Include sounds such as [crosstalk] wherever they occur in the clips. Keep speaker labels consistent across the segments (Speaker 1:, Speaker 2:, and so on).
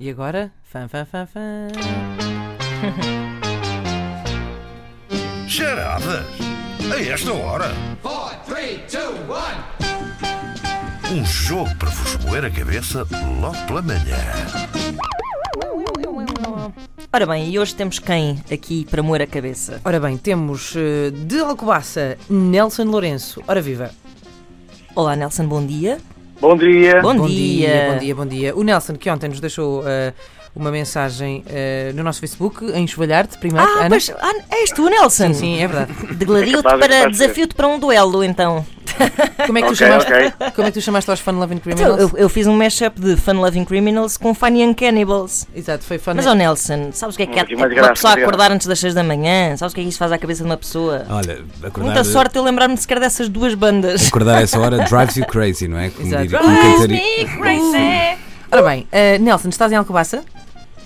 Speaker 1: E agora? Fã, fã, fã, fã.
Speaker 2: Charadas? A esta hora?
Speaker 3: four, three, two, one.
Speaker 2: Um jogo para vos moer a cabeça logo pela manhã.
Speaker 4: Ora bem, e hoje temos quem aqui para moer a cabeça?
Speaker 1: Ora bem, temos eh, de Alcobaça Nelson Lourenço. Ora viva.
Speaker 4: Olá Nelson, bom dia.
Speaker 5: Bom dia.
Speaker 4: Bom,
Speaker 1: Bom dia, bom dia. O Nelson que ontem nos deixou eh, uma mensagem eh, no nosso Facebook, em Esvalhar-te primeiro.
Speaker 4: Ah,
Speaker 1: Ana.
Speaker 4: pois, ah, és tu, Nelson.
Speaker 1: Sim, sim, é verdade.
Speaker 4: Degladiu-te para,
Speaker 5: Capaz, capaz de ser.
Speaker 4: desafio-te para um duelo, então.
Speaker 1: Como é que tu
Speaker 5: Ok,
Speaker 1: chamaste,
Speaker 5: ok.
Speaker 1: Como é que tu chamaste aos Fun Loving
Speaker 4: Então,
Speaker 1: Criminals?
Speaker 4: eu, eu fiz um mashup de Fun Loving Criminals com Funny and Cannibals.
Speaker 1: Exato, foi Fun
Speaker 4: Mas, ó Nelson, sabes o que é que há
Speaker 5: Muito mais
Speaker 4: uma
Speaker 5: graça,
Speaker 4: pessoa
Speaker 5: obrigado.
Speaker 4: acordar antes das 6 da manhã? Sabes o que é que isso faz à cabeça de uma pessoa?
Speaker 1: Ah,
Speaker 6: Olha, acordar,
Speaker 4: Muita sorte eu lembrar-me sequer dessas duas bandas.
Speaker 6: acordar a essa hora drives you
Speaker 4: [laughs]
Speaker 6: crazy, não é? Como
Speaker 1: Exato.
Speaker 6: diria- como cantaria-
Speaker 1: Ora bem, eh, Nelson, estás em Alcobaça?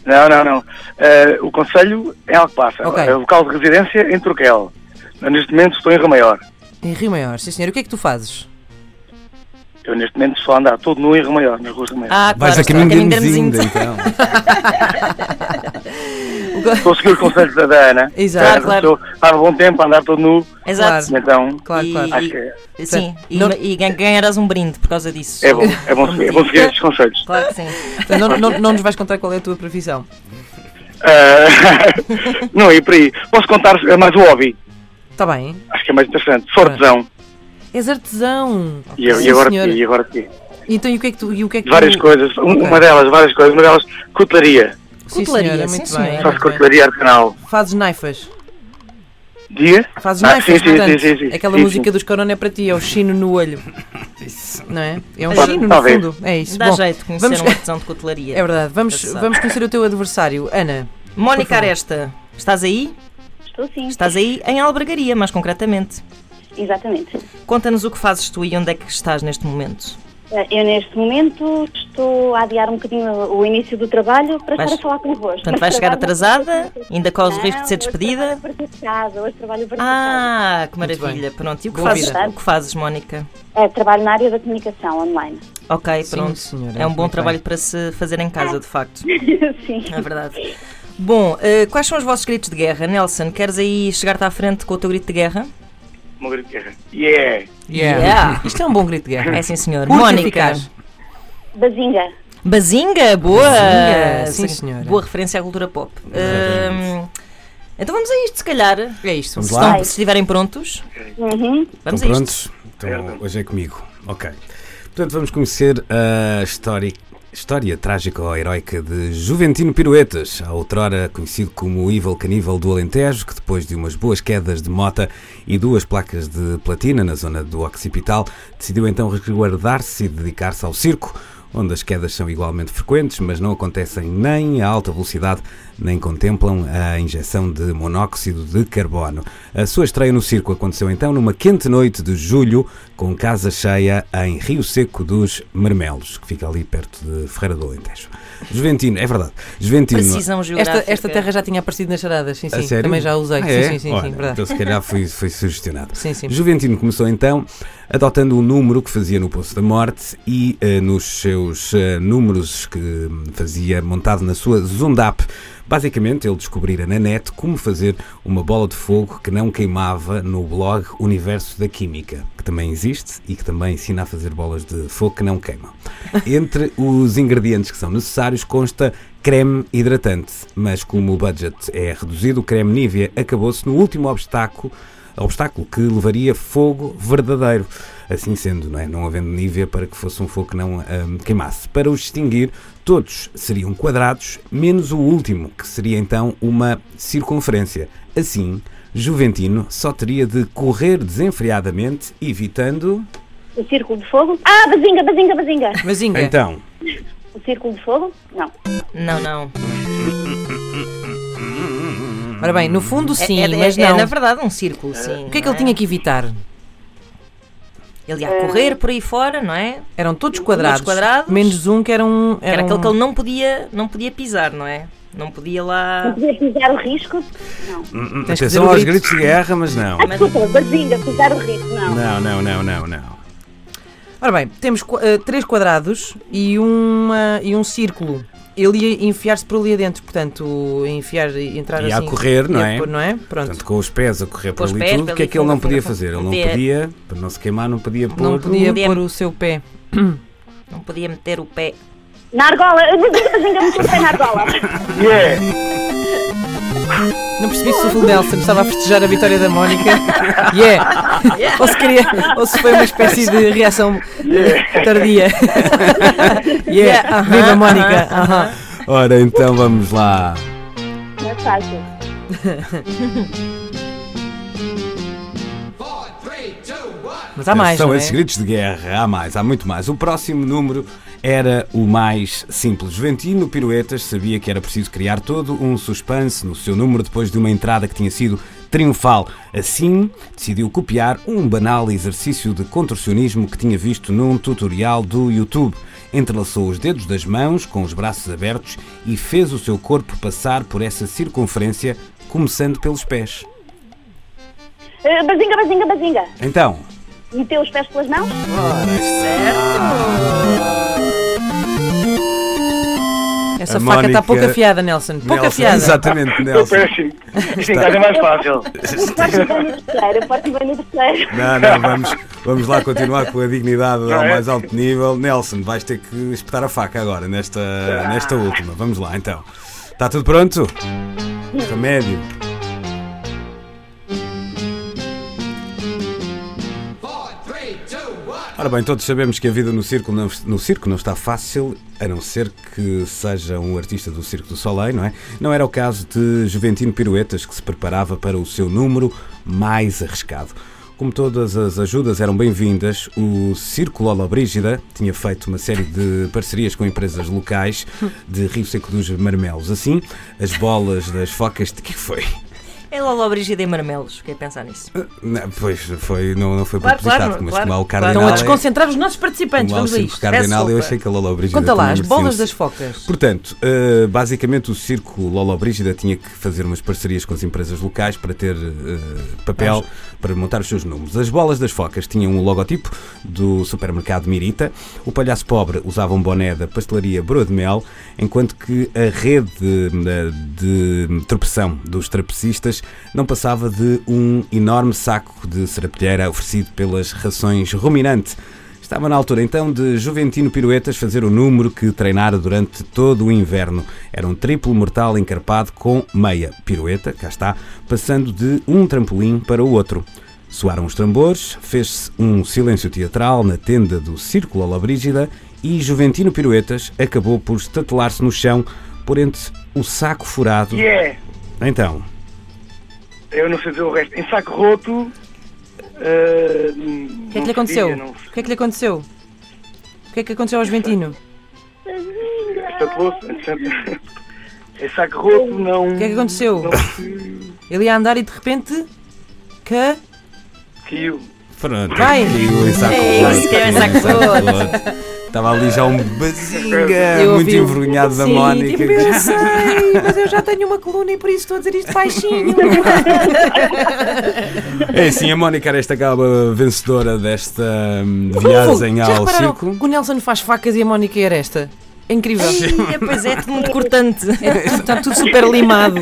Speaker 5: Não, não, não. Eh, o conselho é Alcobaça.
Speaker 1: Ok.
Speaker 5: É o local de residência em Turquel. Eu, neste momento estou em Ramaior.
Speaker 1: Em Rio Maior, sim senhor. O que é que tu fazes?
Speaker 5: Eu neste momento estou a andar todo nu em Ramaior, nas ruas de
Speaker 1: É
Speaker 4: [laughs]
Speaker 5: Ramaior.
Speaker 4: Ah,
Speaker 6: Vais
Speaker 4: claro,
Speaker 6: a caminho de Hermesinda,
Speaker 4: Hermesinda. [laughs]
Speaker 6: então.
Speaker 5: Estou a seguir o conselho da- da Ana.
Speaker 1: Exato.
Speaker 5: Eh,
Speaker 4: Ah, claro.
Speaker 5: Estou há um bom tempo a andar todo nu.
Speaker 4: Exato.
Speaker 5: Então,
Speaker 1: Claro,
Speaker 4: E-
Speaker 1: claro.
Speaker 5: acho que é,
Speaker 4: Sim, e,
Speaker 1: Não-
Speaker 4: e gan- ganharás um brinde por causa disso.
Speaker 5: é bom, é bom, seguir-
Speaker 4: [laughs]
Speaker 5: é bom seguir estes conselhos.
Speaker 4: Claro que sim.
Speaker 1: [laughs] Portanto, Não, não, não nos vais contar qual é a tua profissão.
Speaker 5: Eh, [laughs] não é por aí. Posso contar eh, mais o hobby?
Speaker 1: Está Tá bem.
Speaker 5: Acho que é mais interessante. Sou artesão.
Speaker 1: És artesão.
Speaker 5: E, eu-
Speaker 1: Sim,
Speaker 5: e agora
Speaker 1: senhor.
Speaker 5: quê? E agora quê?
Speaker 1: Então, e o que é que tu. E o que é que
Speaker 5: De várias
Speaker 1: tu...
Speaker 5: coisas. Um-
Speaker 1: Ok.
Speaker 5: Uma delas, várias coisas. Uma delas, cutelaria.
Speaker 1: Sim,
Speaker 4: Cutelaria,
Speaker 1: senhora,
Speaker 4: sim,
Speaker 1: muito
Speaker 4: senhora.
Speaker 1: bem.
Speaker 5: Faço
Speaker 1: muito bem.
Speaker 5: cutelaria artesanal.
Speaker 1: Fazes naifas.
Speaker 5: Dia?
Speaker 1: Fazes
Speaker 5: Ah,
Speaker 1: naifas,
Speaker 5: sim, sim,
Speaker 1: portanto.
Speaker 5: sim, sim, sim.
Speaker 1: Aquela
Speaker 5: Sim,
Speaker 1: música
Speaker 5: sim.
Speaker 1: dos Corona é para ti, é o chino no
Speaker 4: [laughs]
Speaker 1: olho. Não é? É um
Speaker 4: Olha,
Speaker 1: chino no
Speaker 5: talvez.
Speaker 1: fundo. É isso.
Speaker 4: Dá
Speaker 1: Bom,
Speaker 4: jeito de conhecer
Speaker 1: [laughs] vamos-
Speaker 4: um artesão de cutelaria.
Speaker 1: É verdade. Vamos,
Speaker 4: Engraçado.
Speaker 1: vamos conhecer o teu adversário. Ana, por
Speaker 4: Mónica
Speaker 1: favor.
Speaker 4: Aresta, estás aí?
Speaker 7: Estou sim,
Speaker 4: Estás aí em Albergaria, mais concretamente.
Speaker 7: exatamente.
Speaker 4: Conta-nos o que fazes tu e onde é que estás neste momento.
Speaker 7: Eh, Eu neste momento estou a adiar um bocadinho o início do trabalho para
Speaker 4: Vais-
Speaker 7: estar a falar convosco.
Speaker 4: Portanto, vais chegar atrasada, ainda corres o
Speaker 7: Não,
Speaker 4: risco de ser
Speaker 7: Hoje
Speaker 4: despedida.
Speaker 7: trabalho a partir de casa, hoje trabalho a partir de
Speaker 4: Ah, que
Speaker 1: Muito
Speaker 4: maravilha. Pronto, e o que,
Speaker 1: Boa
Speaker 4: fazes,
Speaker 7: vida.
Speaker 4: o que fazes, Mónica?
Speaker 7: casa. Eh, trabalho na área da comunicação online. [laughs]
Speaker 4: Ok,
Speaker 1: Sim,
Speaker 4: pronto.
Speaker 1: senhora,
Speaker 4: é um bom
Speaker 1: muito
Speaker 4: trabalho para se fazer em casa, de facto.
Speaker 7: sim.
Speaker 4: É verdade. Bom, eh, quais são os vossos gritos de guerra? Nelson, queres aí chegar-te à frente com o teu grito de guerra?
Speaker 5: Uma grande guerra. Yeah!
Speaker 1: Yeah. [laughs]
Speaker 4: Yeah.
Speaker 1: Isto é um bom grito de guerra.
Speaker 4: É sim, senhor.
Speaker 1: Curto e
Speaker 4: Mónica.
Speaker 1: eficaz.
Speaker 7: Bazinga.
Speaker 4: Bazinga, boa!
Speaker 1: Bazinga, sim, senhora.
Speaker 4: Boa referência à cultura pop. Hum, então vamos a isto, se calhar.
Speaker 1: É isto.
Speaker 6: Vamos
Speaker 4: Se,
Speaker 6: lá?
Speaker 4: estão- se estiverem prontos, vamos
Speaker 7: Uhum.
Speaker 6: Estão
Speaker 4: a isto.
Speaker 6: prontos? Então, hoje é comigo. Ok. Portanto, vamos conhecer a história, história trágica ou heroica de Juventino Piruetas, a outrora conhecido como o Evil Caníbal do Alentejo, que depois de umas boas quedas de mota e duas placas de platina na zona do occipital, decidiu então resguardar-se e dedicar-se ao circo, onde as quedas são igualmente frequentes, mas não acontecem nem a alta velocidade, nem contemplam a injeção de monóxido de carbono. A sua estreia no circo aconteceu então numa quente noite de julho, com casa cheia em Rio Seco dos Mermelos, que fica ali perto de Ferreira do Alentejo. Juventino, é verdade. Juventino.
Speaker 4: Precisão geográfica.
Speaker 1: Esta, esta terra já tinha aparecido nas charadas, sim,
Speaker 6: A
Speaker 1: sim.
Speaker 6: sério?
Speaker 1: Também já usei.
Speaker 6: Ah,
Speaker 1: sim,
Speaker 6: é?
Speaker 1: sim, sim,
Speaker 6: Olha,
Speaker 1: sim, verdade.
Speaker 6: Então, se calhar foi, foi sugestionado.
Speaker 1: Sim, sim.
Speaker 6: Juventino começou então adotando o número que fazia no Poço da Morte e eh, nos seus eh, números que hum, fazia montado na sua Zundap. Basicamente, ele descobrira na net como fazer uma bola de fogo que não queimava no blog Universo da Química, que também existe e que também ensina a fazer bolas de fogo que não queimam. Entre os ingredientes que são necessários consta creme hidratante, mas como o budget é reduzido, o creme Nivea acabou-se no último obstáculo obstáculo que levaria fogo verdadeiro. Assim sendo, não, é? não havendo nível para que fosse um fogo que não ahm, queimasse. Para os extinguir, todos seriam quadrados, menos o último, que seria então uma circunferência. Assim, Juventino só teria de correr desenfreadamente, evitando.
Speaker 7: O círculo de fogo. Ah, bazinga, bazinga, bazinga.
Speaker 1: Mas Inga,
Speaker 6: Então,
Speaker 7: O círculo de fogo? Não.
Speaker 4: Não, não.
Speaker 1: ora bem, no fundo sim,
Speaker 4: é, é-
Speaker 1: mas
Speaker 4: é-
Speaker 1: não.
Speaker 4: é, na verdade, um círculo, sim.
Speaker 1: O que é que ele tinha que evitar?
Speaker 4: Ele ia a correr por aí fora, não é?
Speaker 1: Eram todos quadrados,
Speaker 4: quadrados.
Speaker 1: menos um que era um. Era,
Speaker 4: Era aquele
Speaker 1: um-
Speaker 4: que ele não podia, não podia pisar, não é? Não podia
Speaker 7: Não
Speaker 4: lá.
Speaker 7: podia pisar o risco? Não.
Speaker 1: Tens que
Speaker 6: atenção
Speaker 1: dizer o
Speaker 6: aos
Speaker 1: grito.
Speaker 6: gritos de guerra, mas não.
Speaker 7: Ah, desculpa, bazinga, pisar o risco, não.
Speaker 6: Não, não, não, não, não.
Speaker 1: Ora bem, temos qu- eh, três quadrados e, uma, e um círculo. ele ia enfiar-se por ali adentro, portanto, enfiar e entrar
Speaker 6: Ia a
Speaker 1: assim.
Speaker 6: correr, não
Speaker 1: ia
Speaker 6: é?
Speaker 1: por- não é? Pronto.
Speaker 6: Portanto, com os pés a correr
Speaker 4: Com
Speaker 6: por
Speaker 4: os
Speaker 6: ali
Speaker 4: pés,
Speaker 6: tudo, o que é
Speaker 4: pela
Speaker 6: que ele não
Speaker 4: funda,
Speaker 6: podia
Speaker 4: funda,
Speaker 6: fazer? Ele não
Speaker 4: funda.
Speaker 6: podia, para não se queimar, não podia pôr.
Speaker 1: não podia
Speaker 4: Não
Speaker 1: pôr o seu pé.
Speaker 4: Não podia meter o pé.
Speaker 7: Na argola, mas ainda me coloquei na argola. [laughs]
Speaker 5: Yeah.
Speaker 1: Não percebi se o Phil Nelson estava a festejar a vitória da
Speaker 6: [laughs]
Speaker 1: Mónica. Yeah! ou, se queria, ou se foi uma espécie de reação eh,
Speaker 6: [laughs]
Speaker 1: tardia. yeah!
Speaker 4: Yeah, aham,
Speaker 1: Viva Mónica!
Speaker 4: aham,
Speaker 1: aham.
Speaker 6: Ora, então vamos lá.
Speaker 7: Não é fácil.
Speaker 3: Four, three, two, one.
Speaker 1: Mas há mais,
Speaker 6: São
Speaker 1: não é?
Speaker 6: esses gritos de guerra, há mais, há muito mais. O próximo número era o mais simples. Juventino Piruetas sabia que era preciso criar todo um suspense no seu número depois de uma entrada que tinha sido triunfal. Assim, decidiu copiar um banal exercício de contorcionismo que tinha visto num tutorial do YouTube. Entrelaçou os dedos das mãos com os braços abertos e fez o seu corpo passar por essa circunferência, começando pelos pés.
Speaker 7: Eh, Bazinga, bazinga, bazinga.
Speaker 6: Então,
Speaker 7: Meteu os pés pelas mãos?
Speaker 1: Essa faca está
Speaker 6: A Mónica-
Speaker 1: pouco afiada, Nelson. Pouco
Speaker 6: Nelson,
Speaker 1: afiada.
Speaker 6: [laughs] Exatamente,
Speaker 5: Estou
Speaker 6: Nelson.
Speaker 5: péssimo. Isto em casa é mais fácil.
Speaker 7: Eu porto-me bem no terceiro, eu porto-me bem no terceiro.
Speaker 6: Não, não, vamos, vamos lá continuar com a dignidade ao
Speaker 5: é?
Speaker 6: mais alto nível. Nelson, vais ter que espetar a faca agora, nesta, nesta última. Vamos lá, então. Está tudo pronto? Remédio.
Speaker 3: Four, three, two, one.
Speaker 6: Ora bem, todos sabemos que a vida no circo não, no circo não está fácil, a não ser que seja um artista do Circo do Soleil, não é? Não era o caso de Juventino Piruetas, que se preparava para o seu número mais arriscado. Como todas as ajudas eram bem-vindas, o Círculo Olabrígida tinha feito uma série de parcerias com empresas locais de Rio Seco dos Marmelos. Assim, as bolas das focas de que foi?
Speaker 4: É Lolo Brigida e Marmelos, fiquei a pensar nisso.
Speaker 6: Não, pois foi, não, não foi
Speaker 4: Claro,
Speaker 6: propositado,
Speaker 4: claro,
Speaker 6: mas
Speaker 4: claro, Então,
Speaker 6: como há o
Speaker 4: claro.
Speaker 6: Cardinal.
Speaker 1: Estão a
Speaker 6: é-
Speaker 1: desconcentrar os nossos participantes.
Speaker 6: Como há o
Speaker 1: Vamos a
Speaker 6: circo
Speaker 1: isto. É
Speaker 6: Cardinal,
Speaker 4: Peço
Speaker 6: eu
Speaker 4: desculpa.
Speaker 6: achei que a Lola Brígida.
Speaker 1: Conta lá,
Speaker 6: também
Speaker 1: as
Speaker 6: merecia
Speaker 1: bolas
Speaker 6: um-
Speaker 1: das focas.
Speaker 6: Portanto, eh, basicamente o circo Lola Brígida tinha que fazer umas parcerias com as empresas locais para ter eh, papel para montar os seus números. As bolas das focas tinham o logotipo do supermercado Mirita, o palhaço pobre usava um boné da pastelaria Broa de Mel, enquanto que a rede eh, de tropeção dos trapecistas não passava de um enorme saco de serapilheira oferecido pelas rações ruminante. Estava na altura então de Juventino Piruetas fazer o número que treinara durante todo o inverno. Era um triplo mortal encarpado com meia pirueta, cá está, passando de um trampolim para o outro. Soaram os tambores, fez-se um silêncio teatral na tenda do Círculo Alabrígida e Juventino Piruetas acabou por estatelar-se no chão por entre o saco furado.
Speaker 5: Yeah.
Speaker 6: Então,
Speaker 5: Eu não sei dizer o resto. Em saco roto. ah,
Speaker 1: O que é que lhe aconteceu? O que é que lhe aconteceu? O que é que aconteceu ao Juventino?
Speaker 5: Estatelou-se. [laughs] Em saco roto, não.
Speaker 1: O que é que aconteceu? Ele ia andar e de repente. Que.
Speaker 5: Tio.
Speaker 6: pronto,
Speaker 1: Vai.
Speaker 6: caiu em saco
Speaker 4: É
Speaker 6: roto,
Speaker 4: isso, caiu em
Speaker 6: caiu
Speaker 4: saco roto.
Speaker 6: roto. Estava ali já um bazinga
Speaker 1: Eu
Speaker 6: muito
Speaker 1: ouvi o-
Speaker 6: envergonhado da
Speaker 1: Sim,
Speaker 6: Mónica.
Speaker 1: tipo, eu sei, mas eu já tenho uma coluna e por isso estou a dizer isto baixinho.
Speaker 4: [laughs]
Speaker 6: É sim, a Mónica Aresta acaba vencedora desta hum, viagem
Speaker 1: Já
Speaker 6: ao
Speaker 1: repararam
Speaker 6: circo.
Speaker 1: que O Nelson faz facas e a Mónica era esta. É incrível.
Speaker 4: Ai, pois é, tudo muito cortante.
Speaker 1: Está tudo super limado.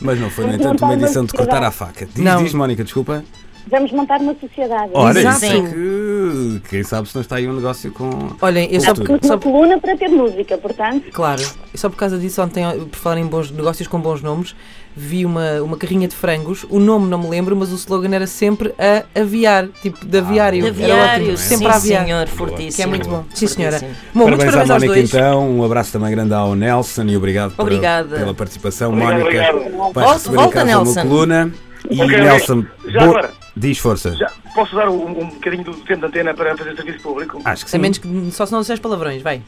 Speaker 6: Mas não foi, no entanto, uma edição de cortar à faca. Diz,
Speaker 1: Não.
Speaker 6: diz Mónica, desculpa.
Speaker 7: Vamos montar uma sociedade.
Speaker 6: Ora,
Speaker 1: Exato.
Speaker 6: isso é
Speaker 4: Sim.
Speaker 6: que. Quem sabe se não está aí um negócio com.
Speaker 1: Olhem, eu só,
Speaker 6: Sabe
Speaker 7: Pus
Speaker 1: só
Speaker 7: uma coluna para ter música, portanto.
Speaker 1: Claro, e só por causa disso, ontem, por falar em bons negócios com bons nomes, vi uma, uma carrinha de frangos. O nome não me lembro, mas o slogan era sempre a aviar tipo de aviário.
Speaker 4: Ah, De
Speaker 1: Era
Speaker 4: aviário,
Speaker 1: ótimo,
Speaker 4: sim,
Speaker 1: sempre a aviar.
Speaker 4: senhor,
Speaker 6: Boa.
Speaker 4: fortíssimo.
Speaker 1: Que é muito bom. Sim, senhora.
Speaker 4: Fortíssimo.
Speaker 1: Bom, muitos
Speaker 6: parabéns à
Speaker 1: parabéns aos
Speaker 6: Mónica,
Speaker 1: dois.
Speaker 6: então. Um abraço também grande ao Nelson e obrigado por-
Speaker 4: Obrigada.
Speaker 6: pela participação.
Speaker 5: Obrigado,
Speaker 6: Mónica,
Speaker 5: obrigado.
Speaker 6: vais receber
Speaker 4: Volta,
Speaker 6: em casa
Speaker 4: Nelson.
Speaker 6: uma coluna. E
Speaker 5: Ok, ok.
Speaker 6: Nelson,
Speaker 5: Já
Speaker 6: bo-
Speaker 5: agora.
Speaker 6: diz força.
Speaker 5: Já posso usar um, um bocadinho do tempo de antena para fazer serviço público?
Speaker 6: Acho que
Speaker 1: A
Speaker 6: sim.
Speaker 1: menos que só se não disseres palavrões, vai.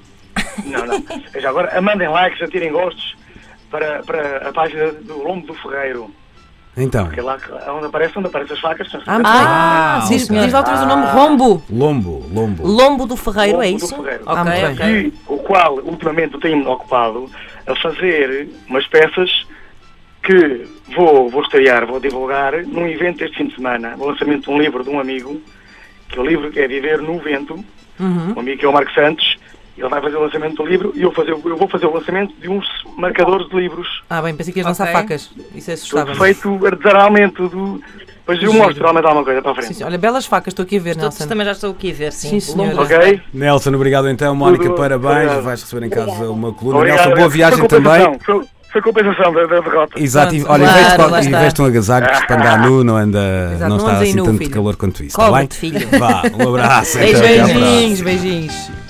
Speaker 5: Não, não. Já agora, mandem likes, atirem gostos para, para a página do Lombo do Ferreiro.
Speaker 6: Então,
Speaker 5: Que é lá que- onde aparece, onde aparecem as facas.
Speaker 1: Ah,
Speaker 5: Lombo
Speaker 1: muito
Speaker 6: Ah,
Speaker 1: bem. Diz,
Speaker 6: ok.
Speaker 1: diz lá outra vez o nome Rombo.
Speaker 6: lombo, lombo.
Speaker 4: Lombo do Ferreiro, é
Speaker 5: do
Speaker 4: isso?
Speaker 5: Ferreiro.
Speaker 1: Ah,
Speaker 4: Ok,
Speaker 1: muito
Speaker 4: ok.
Speaker 5: E o qual, ultimamente, eu tenho-me ocupado a fazer umas peças que vou, vou estrear, vou divulgar num evento este fim de semana. O lançamento de um
Speaker 1: Uhum.
Speaker 5: livro de um amigo, que o livro é Viver no Vento, um amigo que é o é Marco Santos, Ele vai fazer o lançamento do livro e eu, fazer, eu vou fazer o lançamento de uns marcadores de livros.
Speaker 1: Ah, bem, pensei que ias lançar
Speaker 4: Ok.
Speaker 1: facas. Isso é assustava.
Speaker 5: Tudo feito artesanalmente. Do... Depois eu
Speaker 1: Giro.
Speaker 5: mostro realmente alguma coisa para a
Speaker 1: Tá Sim,
Speaker 5: frente.
Speaker 1: sim. Olha, belas facas, estou aqui a ver,
Speaker 4: Todos
Speaker 1: Nelson.
Speaker 4: Então, também já estou aqui a ver, sim.
Speaker 1: Sim,
Speaker 4: Longo-
Speaker 1: senhora.
Speaker 5: Ok?
Speaker 6: Nelson, obrigado então. Mónica,
Speaker 5: Tudo.
Speaker 6: parabéns.
Speaker 5: Obrigado.
Speaker 6: Vais receber em casa
Speaker 7: Obrigada.
Speaker 6: uma coluna. Nelson, boa viagem
Speaker 5: foi compensação,
Speaker 6: também.
Speaker 5: Foi, foi compensação da, da derrota.
Speaker 6: Exato, e,
Speaker 1: Pronto,
Speaker 6: olha,
Speaker 4: claro,
Speaker 6: investe qual-
Speaker 4: lá está.
Speaker 6: investe um agasalho que para andar nu não, anda,
Speaker 1: Exato,
Speaker 6: não
Speaker 1: não
Speaker 6: está
Speaker 1: andes aí
Speaker 6: assim
Speaker 1: nu,
Speaker 6: tanto
Speaker 1: filho.
Speaker 6: calor quanto isso. Está bem?
Speaker 4: Cobre-te, filho.
Speaker 6: Vá, um abraço. então, até à próxima.
Speaker 1: Beijinhos, beijinhos.